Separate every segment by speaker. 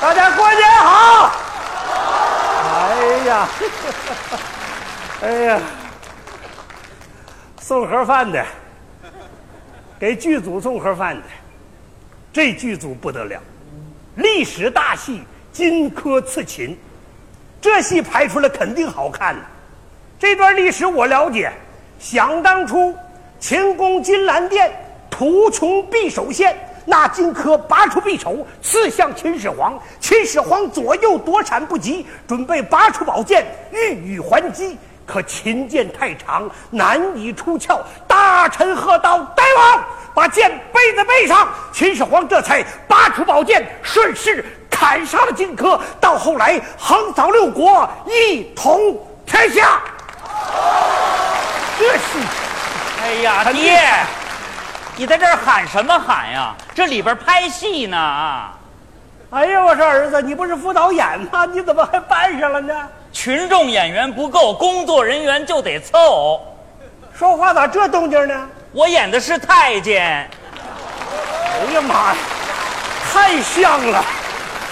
Speaker 1: 大家过年好！哎呀， 哎呀，送盒饭的，给剧组送盒饭的，这剧组不得了，历史大戏《荆轲刺秦》，这戏拍出来肯定好看呐、这段历史我了解，想当初秦攻金兰殿，图穷匕首现。那荆轲拔出匕首，刺向秦始皇。秦始皇左右躲闪不及，准备拔出宝剑，欲与还击。可秦剑太长，难以出鞘。大臣喝道：“大王，把剑背在背上！”秦始皇这才拔出宝剑，顺势砍杀了荆轲。到后来，横扫六国，一统天下。这是
Speaker 2: 哎呀，爹，你在这儿喊什么喊呀？这里边拍戏呢啊！
Speaker 1: 哎呀，我说儿子，你不是副导演吗？你怎么还扮上了呢？
Speaker 2: 群众演员不够，工作人员就得凑。
Speaker 1: 说话咋这动静呢？
Speaker 2: 我演的是太监，
Speaker 1: 哎呀妈呀，太像了！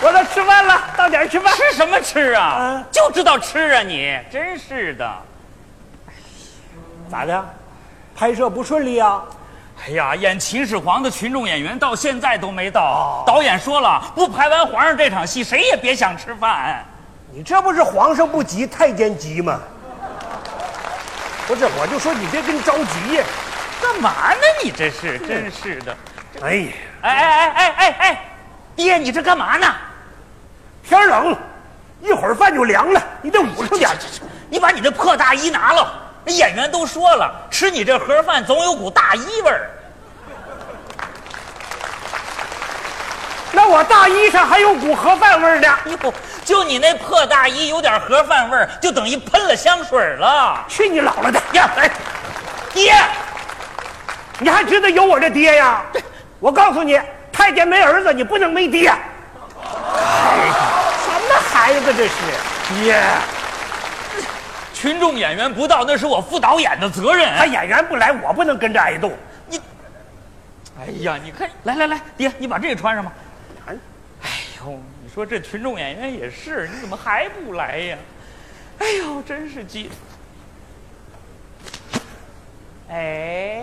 Speaker 1: 我说吃饭了，到点儿吃饭。
Speaker 2: 吃什么吃啊
Speaker 1: 嗯？
Speaker 2: 就知道吃啊你，真是的。
Speaker 1: 咋的？拍摄不顺利啊？
Speaker 2: 哎呀，演秦始皇的群众演员到现在都没到，导演说了，哦不排完皇上这场戏，谁也别想吃饭。
Speaker 1: 你这不是皇上不急太监急吗？不是，我就说你别跟着急呀。
Speaker 2: 干嘛呢？你这是，真是的。
Speaker 1: 哎呀，
Speaker 2: 哎哎哎哎哎哎，爹，你这干嘛呢？
Speaker 1: 天儿冷，一会儿饭就凉了，你得捂上点儿。
Speaker 2: 你把你那破大衣拿了。那演员都说了，吃你这盒饭总有股大衣味儿。
Speaker 1: 那我大衣上还有股盒饭味儿呢。
Speaker 2: 哟，哎就你那破大衣有点盒饭味儿，就等于喷了香水了。
Speaker 1: 去你姥姥的！
Speaker 2: 呀，哎，爹，
Speaker 1: 你还知道有我这爹呀？我告诉你，太监没儿子，你不能没爹。哎，什么孩子这是？爹，
Speaker 2: 群众演员不到，那是我副导演的责任。
Speaker 1: 他演员不来，我不能跟着挨揍。
Speaker 2: 哎呀，你看，来来来，爹，你把这个穿上吧。
Speaker 1: 哎
Speaker 2: 哎呦，你说这群众演员也是，你怎么还不来呀？哎呦，真是急。哎，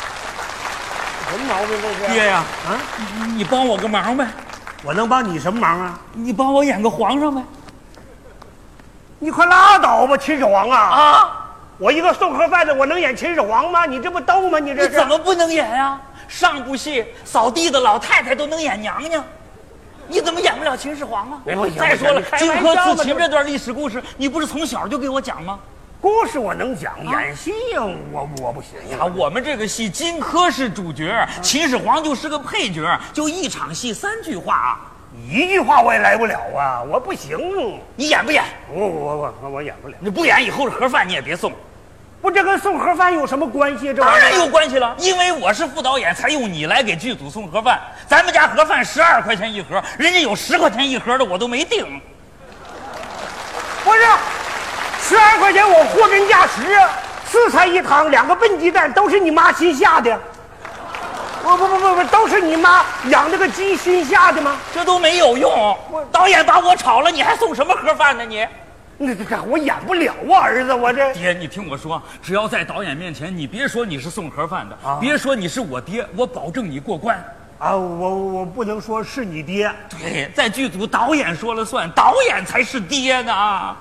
Speaker 1: 什么毛病这是？
Speaker 2: 爹呀，
Speaker 1: 啊，
Speaker 2: 你你帮我个忙呗，
Speaker 1: 我能帮你什么忙啊？
Speaker 2: 你帮我演个皇上呗。
Speaker 1: 你快拉倒吧，秦始皇啊！
Speaker 2: 啊，
Speaker 1: 我一个送盒饭的，我能演秦始皇吗？你这不逗吗？你
Speaker 2: 你
Speaker 1: 这是
Speaker 2: 怎么不能演啊？上部戏扫地的老太太都能演娘娘，你怎么演不了秦始皇啊
Speaker 1: 哎不行？
Speaker 2: 再说了
Speaker 1: 不，行
Speaker 2: 荆
Speaker 1: 开玩笑
Speaker 2: 轲
Speaker 1: 嘛
Speaker 2: 刺
Speaker 1: 这
Speaker 2: 秦
Speaker 1: 不
Speaker 2: 这段历史故事，你不是从小就给我讲吗？
Speaker 1: 故事我能讲，演戏呀、我我不行
Speaker 2: 啊，我们这个戏荆轲是主角，秦始皇就是个配角，就一场戏三句话啊，
Speaker 1: 一句话我也来不了啊，我不行，
Speaker 2: 你演不演？
Speaker 1: 我我我我演不了。
Speaker 2: 你不演以后这盒饭你也别送，
Speaker 1: 不，这跟送盒饭有什么关系？这
Speaker 2: 当
Speaker 1: 玩意
Speaker 2: 然有
Speaker 1: 儿
Speaker 2: 关系了，因为我是副导演，才用你来给剧组送盒饭。咱们家盒饭十二块钱一盒，人家有十块钱一盒的我都没订。
Speaker 1: 不是，十二块钱我货真价实啊，四菜一汤，两个笨鸡蛋都是你妈新下的。不不不不不，都是你妈养那个鸡新下的吗？
Speaker 2: 这都没有用，导演把我炒了，你还送什么盒饭呢你？
Speaker 1: 那这这我演不了啊，儿子，我这
Speaker 2: 爹，你听我说，只要在导演面前，你别说你是送盒饭的，别说你是我爹，我保证你过关。
Speaker 1: 啊，我我不能说是你爹。
Speaker 2: 对，在剧组导演说了算，导演才是爹呢啊！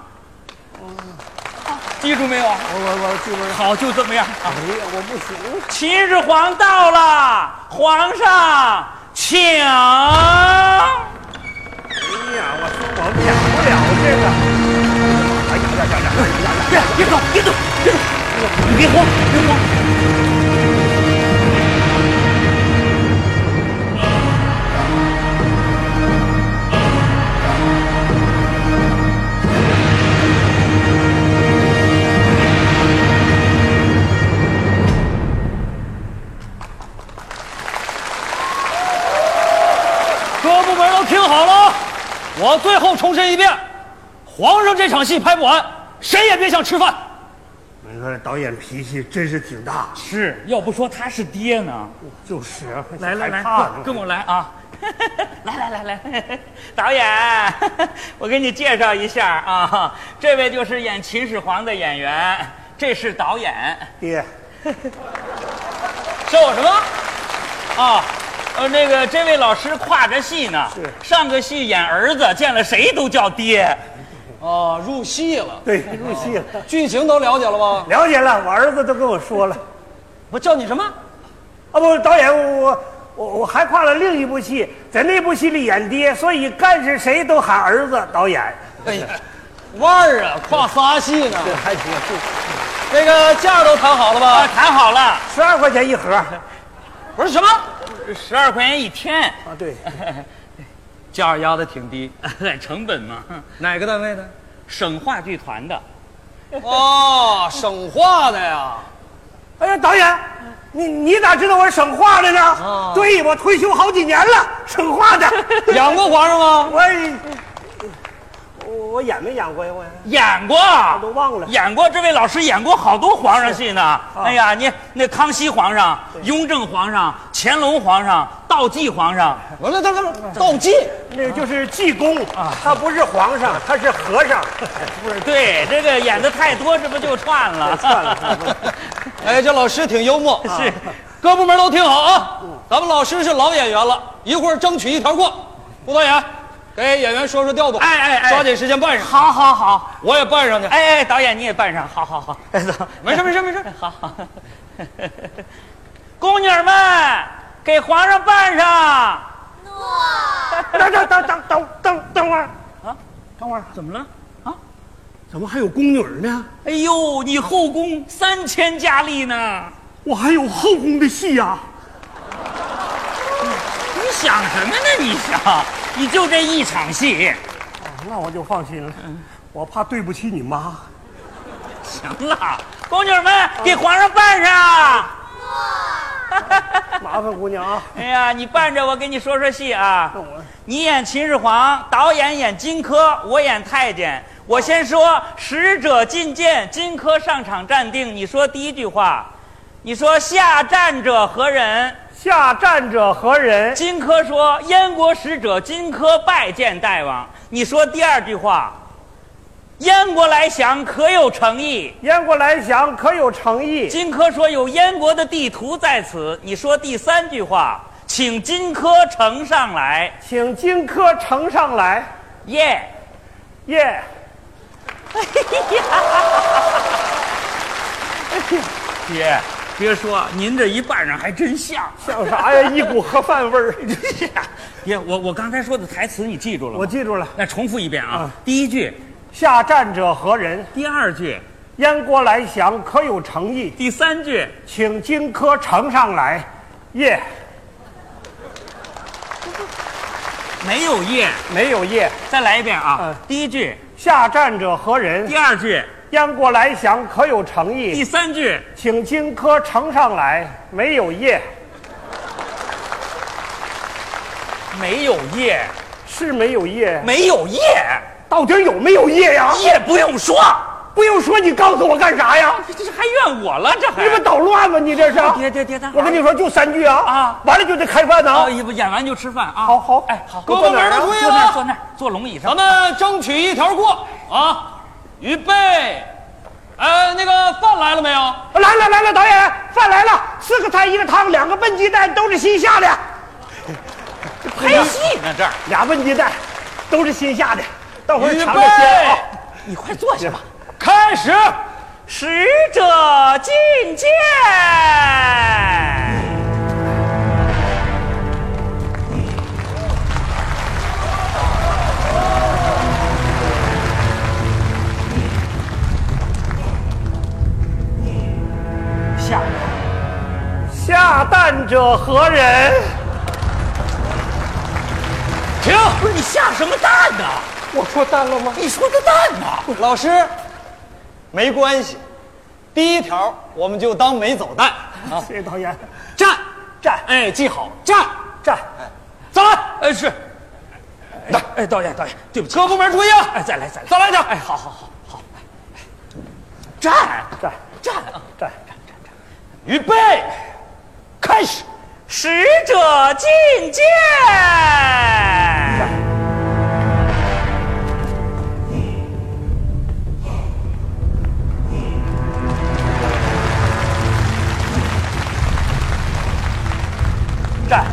Speaker 2: 记住没有？
Speaker 1: 我我我去我
Speaker 2: 好，就这么样啊！
Speaker 1: 哎呀，我不行。
Speaker 2: 秦始皇到了，皇上请。
Speaker 1: 哎呀，我说我演不了这个。哎呀呀呀呀呀呀！
Speaker 2: 别别走，别走，别走！你别慌，别慌。
Speaker 3: 各部
Speaker 2: 哦
Speaker 3: 门都听好了，啊！我最后重申一遍，皇上这场戏拍不完，谁也别想吃饭。
Speaker 1: 你说这导演脾气真是挺大，
Speaker 2: 是要不说他是爹呢？
Speaker 1: 就是啊
Speaker 2: 来来来
Speaker 1: 害怕呢，
Speaker 2: 跟我来啊！来来来来， 导演， 我给你介绍一下啊，这位就是演秦始皇的演员，这是导演，
Speaker 1: 爹，
Speaker 2: 叫我什么？啊，呃，那个这位老师跨着戏呢，
Speaker 1: 是
Speaker 2: 上个戏演儿子，见了谁都叫爹。
Speaker 3: 哦，入戏了，
Speaker 1: 对， 入戏了。
Speaker 3: 剧情都了解了吗？
Speaker 1: 了解了，我儿子都跟我说了。
Speaker 3: 我叫你什么？
Speaker 1: 啊不，导演，我我我还跨了另一部戏，在那部戏里演爹，所以干是谁都喊儿子。导演，
Speaker 3: 哎呀，腕儿啊，跨仨戏呢。
Speaker 1: 还行，
Speaker 3: 那个价都谈好了
Speaker 2: 啊，
Speaker 3: 吧？
Speaker 2: 谈好了，
Speaker 1: 十二块钱一盒。啊，
Speaker 3: 不是什么？
Speaker 2: 十二块钱一天，
Speaker 1: 对，
Speaker 3: 价压的挺 低，
Speaker 2: 成本嘛，
Speaker 3: 哪个单位的？
Speaker 2: 省话剧团的。
Speaker 3: 哦，省话的呀。
Speaker 1: 哎呀，导演，你你咋知道我是省话的呢？
Speaker 3: 啊
Speaker 1: 对，我退休好几年了，省话的。
Speaker 3: 养过皇上吗？
Speaker 1: 我我我演没演过呀？我
Speaker 2: 演过，
Speaker 1: 我都忘了。
Speaker 2: 演过这位老师演过好多皇上戏呢。哎呀，
Speaker 3: 啊
Speaker 2: 你那康熙皇上、雍正皇上、乾隆皇上、道济皇上，
Speaker 3: 完了，他他倒计。
Speaker 1: 那就是济公，他不是皇上，他是和尚。
Speaker 2: 不是对这个演的太多，这不就串了？
Speaker 1: 算了算了，
Speaker 3: 哎，这老师挺幽默。
Speaker 2: 是，
Speaker 3: 各部门都听好啊，咱们老师是老演员了，一会儿争取一条过。副导演，给演员说说调 度。
Speaker 2: 哎哎哎
Speaker 3: 抓紧时间办上，
Speaker 2: 好好好，
Speaker 3: 我也办上去。
Speaker 2: 哎哎，导演你也扮上，好好好，哎走，
Speaker 3: 没事没事没事。
Speaker 2: 好好。宫女们，给皇上扮上。
Speaker 1: 等等等等等等等会儿，
Speaker 2: 等会儿怎么了？
Speaker 1: 怎么还有宫女呢？
Speaker 2: 哎呦，你后宫三千佳丽呢，
Speaker 1: 我还有后宫的戏呀、
Speaker 2: 你想什么呢？你想，你就这一场戏。
Speaker 1: 哦那我就放心了，我怕对不起你妈。
Speaker 2: 行了，宫女们给皇上扮上。
Speaker 1: 麻烦姑娘啊，
Speaker 2: 哎呀，你扮着我给你说说戏啊
Speaker 1: 那我。
Speaker 2: 你演秦始皇，导演演荆轲，我演太监。我先说使者觐见，荆轲上场站定。你说第一句话，你说下站者何人？
Speaker 1: 下站者何人？
Speaker 2: 荆轲说燕国使者荆轲拜见大王。你说第二句话，燕国来降可有诚意？
Speaker 1: 燕国来降，可有诚意？
Speaker 2: 荆轲说：“有燕国的地图在此。”你说第三句话，请荆轲呈上来。
Speaker 1: 请荆轲呈上来。
Speaker 2: 耶、
Speaker 1: 耶、
Speaker 2: 爹，别说，您这一扮上还真像。
Speaker 1: 像啥呀？一股盒饭味儿。
Speaker 2: 爹，我我刚才说的台词你记住了吗？
Speaker 1: 我记住了，
Speaker 2: 那重复一遍啊，
Speaker 1: 啊
Speaker 2: 第一句，
Speaker 1: 下站者何人？
Speaker 2: 第二句，
Speaker 1: 燕国来降，可有诚意？
Speaker 2: 第三句，
Speaker 1: 请荆轲呈上来。耶、
Speaker 2: 没有耶。
Speaker 1: 没有耶。
Speaker 2: 再来一遍啊，
Speaker 1: 啊
Speaker 2: 第一句，
Speaker 1: 下站者何人
Speaker 2: 第？二句，
Speaker 1: 燕国来降，可有诚
Speaker 2: 第
Speaker 1: 意？
Speaker 2: 三句，
Speaker 1: 请荆轲呈上来。没有耶，
Speaker 2: 没有耶，
Speaker 1: 是没有耶。
Speaker 2: 没有耶，
Speaker 1: 到底有没有业呀？
Speaker 2: 耶不用说，
Speaker 1: 不用说，你告诉我干啥呀？
Speaker 2: 这这还怨我了，这还
Speaker 1: 你不捣乱吗？你这是？
Speaker 2: 爹爹爹，待会
Speaker 1: 我
Speaker 2: 儿
Speaker 1: 跟你说，就三句啊！
Speaker 2: 啊
Speaker 1: 完了就得开饭呢、
Speaker 2: 啊，也不演完就吃饭啊。
Speaker 1: 好好
Speaker 2: 哎，好，
Speaker 1: 各
Speaker 3: 各
Speaker 1: 位
Speaker 2: 坐
Speaker 3: 部门
Speaker 1: 坐哪儿啊
Speaker 3: 都注意
Speaker 2: 那儿
Speaker 3: 了，
Speaker 2: 坐那儿，坐龙椅
Speaker 3: 咱
Speaker 2: 上。
Speaker 3: 们争取一条过啊！预备，哎，那个饭来了没有？
Speaker 1: 来了来了，导演，饭来了，四个菜一个汤，两个笨鸡蛋，都是新下的，
Speaker 2: 拍戏呢这儿，
Speaker 1: 俩笨鸡蛋，都是新下的。等会儿
Speaker 3: 预
Speaker 1: 尝着鲜啊！
Speaker 3: 备，
Speaker 2: 你快坐下吧。
Speaker 3: 开始。
Speaker 2: 使者觐见。
Speaker 1: 下下蛋者何人？
Speaker 2: 停！不是你下什么蛋呢？
Speaker 1: 我说蛋了吗？
Speaker 2: 你说的蛋呢？
Speaker 3: 老师，没关系，第一条我们就当没走蛋。
Speaker 1: 谢谢导演，
Speaker 3: 站，
Speaker 1: 站
Speaker 3: 哎，记好，站，
Speaker 1: 站，
Speaker 3: 再来。
Speaker 2: 哎是。哎，导演，导演，对不起。
Speaker 3: 各部门注意啊！
Speaker 2: 哎，再来，再来。
Speaker 3: 再来一条
Speaker 2: 哎，好好好好。哎站
Speaker 1: 站
Speaker 2: 站，
Speaker 1: 站，
Speaker 2: 预备，开始，使者觐见。
Speaker 1: 站，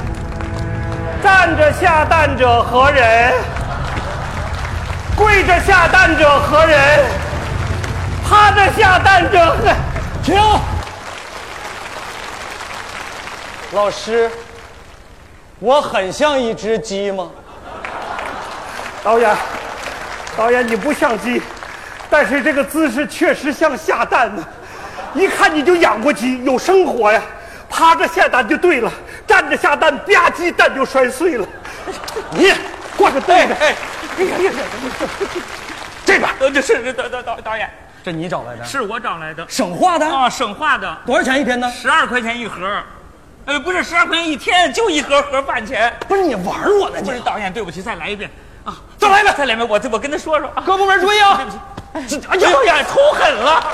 Speaker 1: 站着下蛋者何人？跪着下蛋者何人？趴着下蛋者何？
Speaker 3: 停！老师，我很像一只鸡吗？
Speaker 1: 导演，导演，你不像鸡，但是这个姿势确实像下蛋呢、一看你就养过鸡，有生活呀。趴着下蛋就对了，站着下蛋吧唧蛋就摔碎了。
Speaker 3: 你
Speaker 1: 挂着对的，
Speaker 3: 哎哎
Speaker 1: 哎呀呀呀！
Speaker 3: 这边，
Speaker 2: 呃，这是是导导导导演，
Speaker 3: 这你找来的？
Speaker 2: 是我找来的
Speaker 3: 省画的，
Speaker 2: 啊，省画的，
Speaker 3: 多少钱一天呢？
Speaker 2: 十二块钱一盒，呃，不是十二块钱一天，就一盒盒饭钱。
Speaker 3: 不是你玩我呢
Speaker 2: 不是
Speaker 3: 你？
Speaker 2: 导演，对不起，再来一遍啊！
Speaker 3: 再来一遍
Speaker 2: 再来一遍，我我跟他说说啊。
Speaker 3: 各部门注意啊！
Speaker 2: 这哎呀，导演出狠了，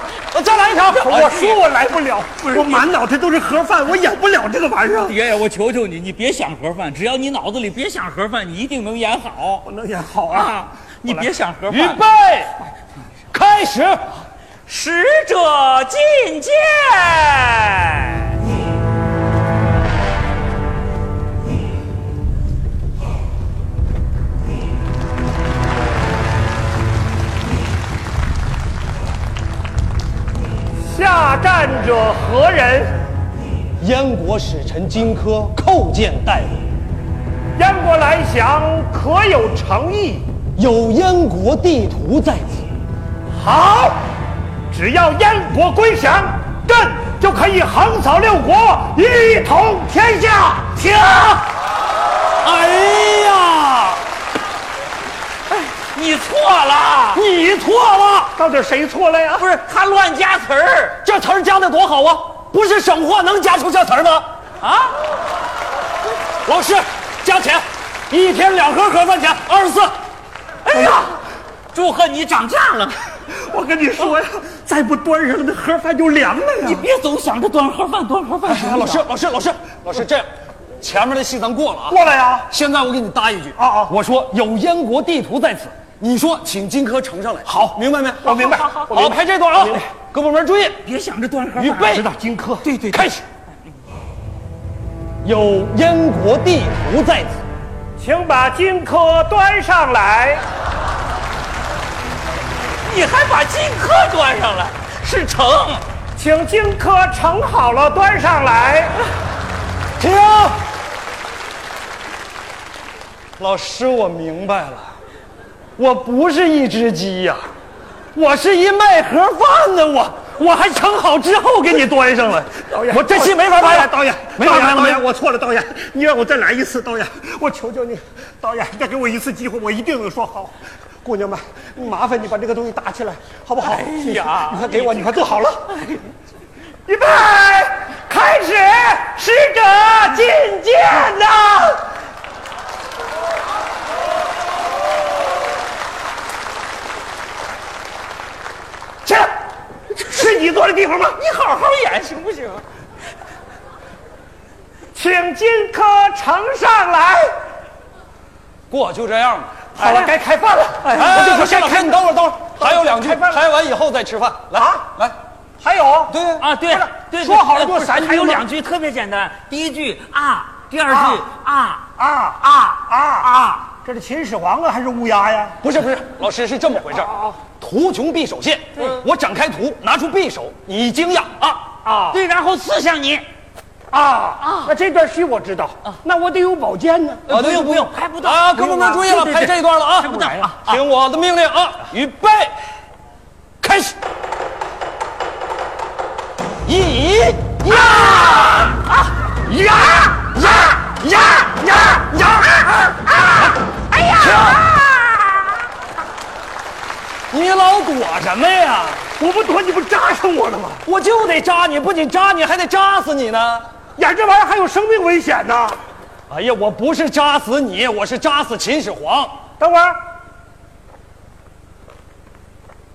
Speaker 3: 再来一条！
Speaker 1: 我说我来不了，哎我满脑袋都是盒饭，我演不了这个玩意儿。
Speaker 2: 爷哎爷，我求求你，你别想盒饭，只要你脑子里别想盒饭，你一定能演好
Speaker 1: 我能演好啊！
Speaker 2: 啊！你别想盒
Speaker 3: 预
Speaker 2: 饭。
Speaker 3: 备，开始！
Speaker 2: 使者觐见。
Speaker 1: 下站者何人？
Speaker 3: 燕国使臣荆轲叩见大王，
Speaker 1: 燕国来降，可有诚意？
Speaker 3: 有燕国地图在此，
Speaker 1: 好，只要燕国归降，朕就可以横扫六国，一统天下。停！
Speaker 3: 哎呀，
Speaker 2: 你错了，
Speaker 3: 你错了。
Speaker 1: 到底谁错了呀？
Speaker 2: 不是他乱加词儿
Speaker 3: 这词儿加的多好啊！不是省话能加出这词儿吗？
Speaker 2: 啊！
Speaker 3: 老师，加钱，一天两盒盒饭钱，二十四。
Speaker 2: 哎呀，祝贺你涨价了！
Speaker 1: 我跟你说呀，再不端上那盒饭就凉了呀！
Speaker 2: 你别总想着端盒饭，端盒饭。
Speaker 3: 哎，老师，老师，老师，老师，这样，前面的戏咱过了啊。
Speaker 1: 过来呀！
Speaker 3: 现在我给你搭一句
Speaker 1: 啊啊
Speaker 3: 我说有燕国地图在此，你说请荆轲呈上来。好，明白没？
Speaker 1: 我明白，
Speaker 2: 好好好
Speaker 1: 我明
Speaker 3: 好，
Speaker 1: 白
Speaker 3: 拍这段啊
Speaker 1: 明白，
Speaker 3: 各部门注意，
Speaker 2: 别想着端盒饭。
Speaker 3: 预备
Speaker 1: 知，道荆轲
Speaker 2: 对对，
Speaker 3: 开始。有燕国地图在此。
Speaker 1: 请把荆轲端上来。
Speaker 2: 你还把荆轲端上来，是成。
Speaker 1: 请荆轲盛好了端上来。
Speaker 3: 停！
Speaker 1: 啊
Speaker 3: 老师，我明白了，我不是一只鸡呀、我是一卖盒饭的，我我还盛好之后给你端上来。
Speaker 1: 导演，
Speaker 3: 我这戏没法
Speaker 1: 导
Speaker 3: 拍
Speaker 1: 演，
Speaker 3: 了，
Speaker 1: 导演，
Speaker 3: 没法
Speaker 1: 导
Speaker 3: 拍
Speaker 1: 演，
Speaker 3: 了，
Speaker 1: 导演，我错了，导演，你让我再来一次，导演，我求求你，导演，再给我一次机会，我一定能说好。姑娘们，麻烦你把这个东西打起来，好不好？哎
Speaker 2: 呀
Speaker 1: 你快给我，你快坐好了。预备，开始，使者觐见呐！去，是你坐的地方吗？
Speaker 2: 你好好演行不行？
Speaker 1: 请荆轲呈上来。
Speaker 3: 过就这样吧。
Speaker 1: 好了，该开饭了。哎
Speaker 3: 哎，
Speaker 1: 我
Speaker 3: 老
Speaker 1: 就
Speaker 3: 师，
Speaker 1: 说
Speaker 3: 老
Speaker 1: 该
Speaker 3: 师，
Speaker 1: 开
Speaker 3: 你等会儿，等会儿，还有两句，
Speaker 1: 开饭了
Speaker 3: 拍完以后再吃饭。来
Speaker 1: 啊，
Speaker 3: 来，
Speaker 1: 还有，
Speaker 3: 对呀，
Speaker 2: 啊，对
Speaker 1: 不是
Speaker 2: 对，
Speaker 1: 说好了
Speaker 2: 多
Speaker 1: 多三句吗
Speaker 2: 还有两句特别简单，第一句啊，第二句啊
Speaker 1: 啊啊啊啊！这是秦始皇啊，还是乌鸦呀？
Speaker 3: 不是不是，老师是这么回事儿
Speaker 1: 啊。嗯
Speaker 3: 图穷匕首现，我展开图，拿出匕首，你惊讶啊
Speaker 1: 啊
Speaker 2: 对，然后刺向你。
Speaker 1: 啊啊！那这段戏我知道，那我得有宝剑呢。
Speaker 3: 啊！对
Speaker 2: 不用拍不到
Speaker 3: 啊！各部门注意了，
Speaker 1: 对对对
Speaker 3: 拍这一段了啊！
Speaker 2: 不到啊
Speaker 3: 听我的命令啊！预备，开始！一呀
Speaker 1: 啊
Speaker 3: 呀呀呀呀呀啊啊！哎呀！你老躲什么呀？
Speaker 1: 我不躲，你不扎上我了吗？
Speaker 3: 我就得扎你，不仅扎你，还得扎死你呢！
Speaker 1: 演这玩意儿还有生命危险呢。
Speaker 3: 哎呀，我不是扎死你，我是扎死秦始皇。
Speaker 1: 等会儿，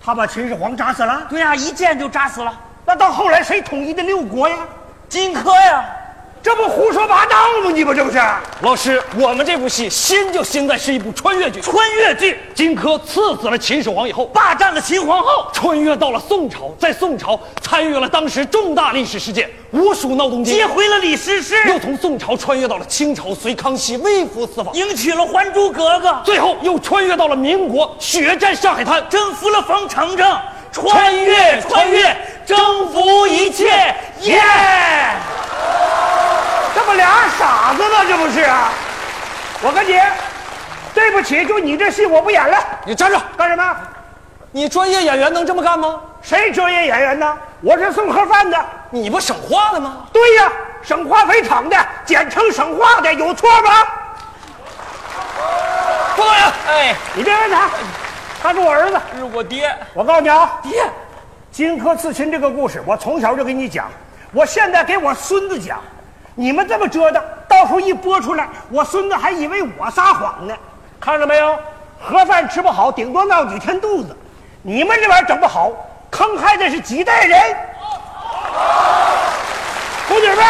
Speaker 1: 他把秦始皇炸死了。
Speaker 2: 对呀、一箭就扎死了
Speaker 1: 那到后来谁统一的六国呀？
Speaker 2: 荆轲呀、
Speaker 1: 这不胡说八道吗？你不这不是？
Speaker 3: 老师，我们这部戏新就新在是一部穿越剧。
Speaker 2: 穿越剧
Speaker 3: 荆轲刺死了秦始皇以后，
Speaker 2: 霸占了秦皇后，
Speaker 3: 穿越到了宋朝，在宋朝参与了当时重大历史事件五蜀闹东
Speaker 2: 接
Speaker 3: 京，
Speaker 2: 回了李师师，
Speaker 3: 又从宋朝穿越到了清朝，隋康熙微服私访，
Speaker 2: 迎娶了《还珠格格》，
Speaker 3: 最后又穿越到了民国，血战上海滩。
Speaker 2: 征服了冯程程，
Speaker 3: 穿越
Speaker 2: 穿越，征服一切，耶、
Speaker 1: 这不俩傻子吗？这不是？啊我跟你，对不起，就你这戏我不演了。
Speaker 3: 你站住！
Speaker 1: 干什么？
Speaker 3: 你专业演员能这么干吗？
Speaker 1: 谁专业演员呢？我是送盒饭的。
Speaker 3: 你不省话了吗？
Speaker 1: 对呀，省化肥厂的，简称省化的，有错吗？
Speaker 3: 报告员，
Speaker 2: 哎，
Speaker 1: 你别问他，他哎是我儿子。
Speaker 2: 是我爹，
Speaker 1: 我告诉你啊，
Speaker 2: 爹，
Speaker 1: 荆轲刺秦这个故事，我从小就给你讲，我现在给我孙子讲。你们这么折腾，到时候一播出来，我孙子还以为我撒谎呢。看着没有，盒饭吃不好，顶多闹几天肚子。你们这玩意儿整不好，坑害的是几代人。姑娘们，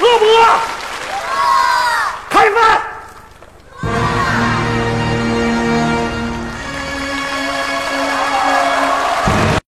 Speaker 1: 饿不饿？